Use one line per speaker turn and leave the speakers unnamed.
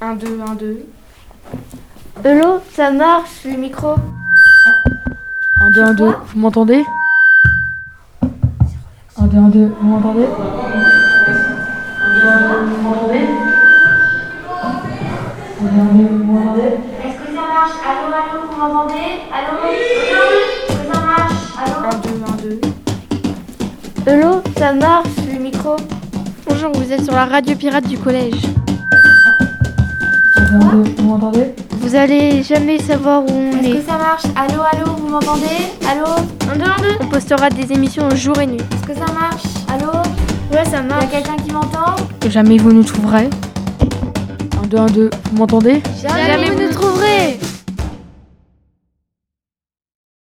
1, 2, 1, 2.
Hello, ça marche le micro
1, 2, 1, 2, vous m'entendez 1, 2, 1, 2, vous m'entendez 1, 2, 1, 2, vous m'entendez 1, 2, 1, 2, vous m'entendez
Est-ce que ça marche Allô, allô, vous m'entendez Allô Est-ce que ça marche
1,
Allô
2, 1, 2.
Hello, ça marche le micro Bonjour, vous êtes sur la radio pirate du collège.
1, 2, 1, 2, vous m'entendez
Vous allez jamais savoir où on
Est-ce
est.
que ça marche Allô, allô, vous m'entendez Allô
On postera des émissions jour et nuit.
Est-ce que ça marche Allô
Ouais, ça
Y'a
marche.
quelqu'un qui m'entend
Jamais vous nous trouverez. 1, 2, 1, 2, vous m'entendez
Jamais vous nous trouverez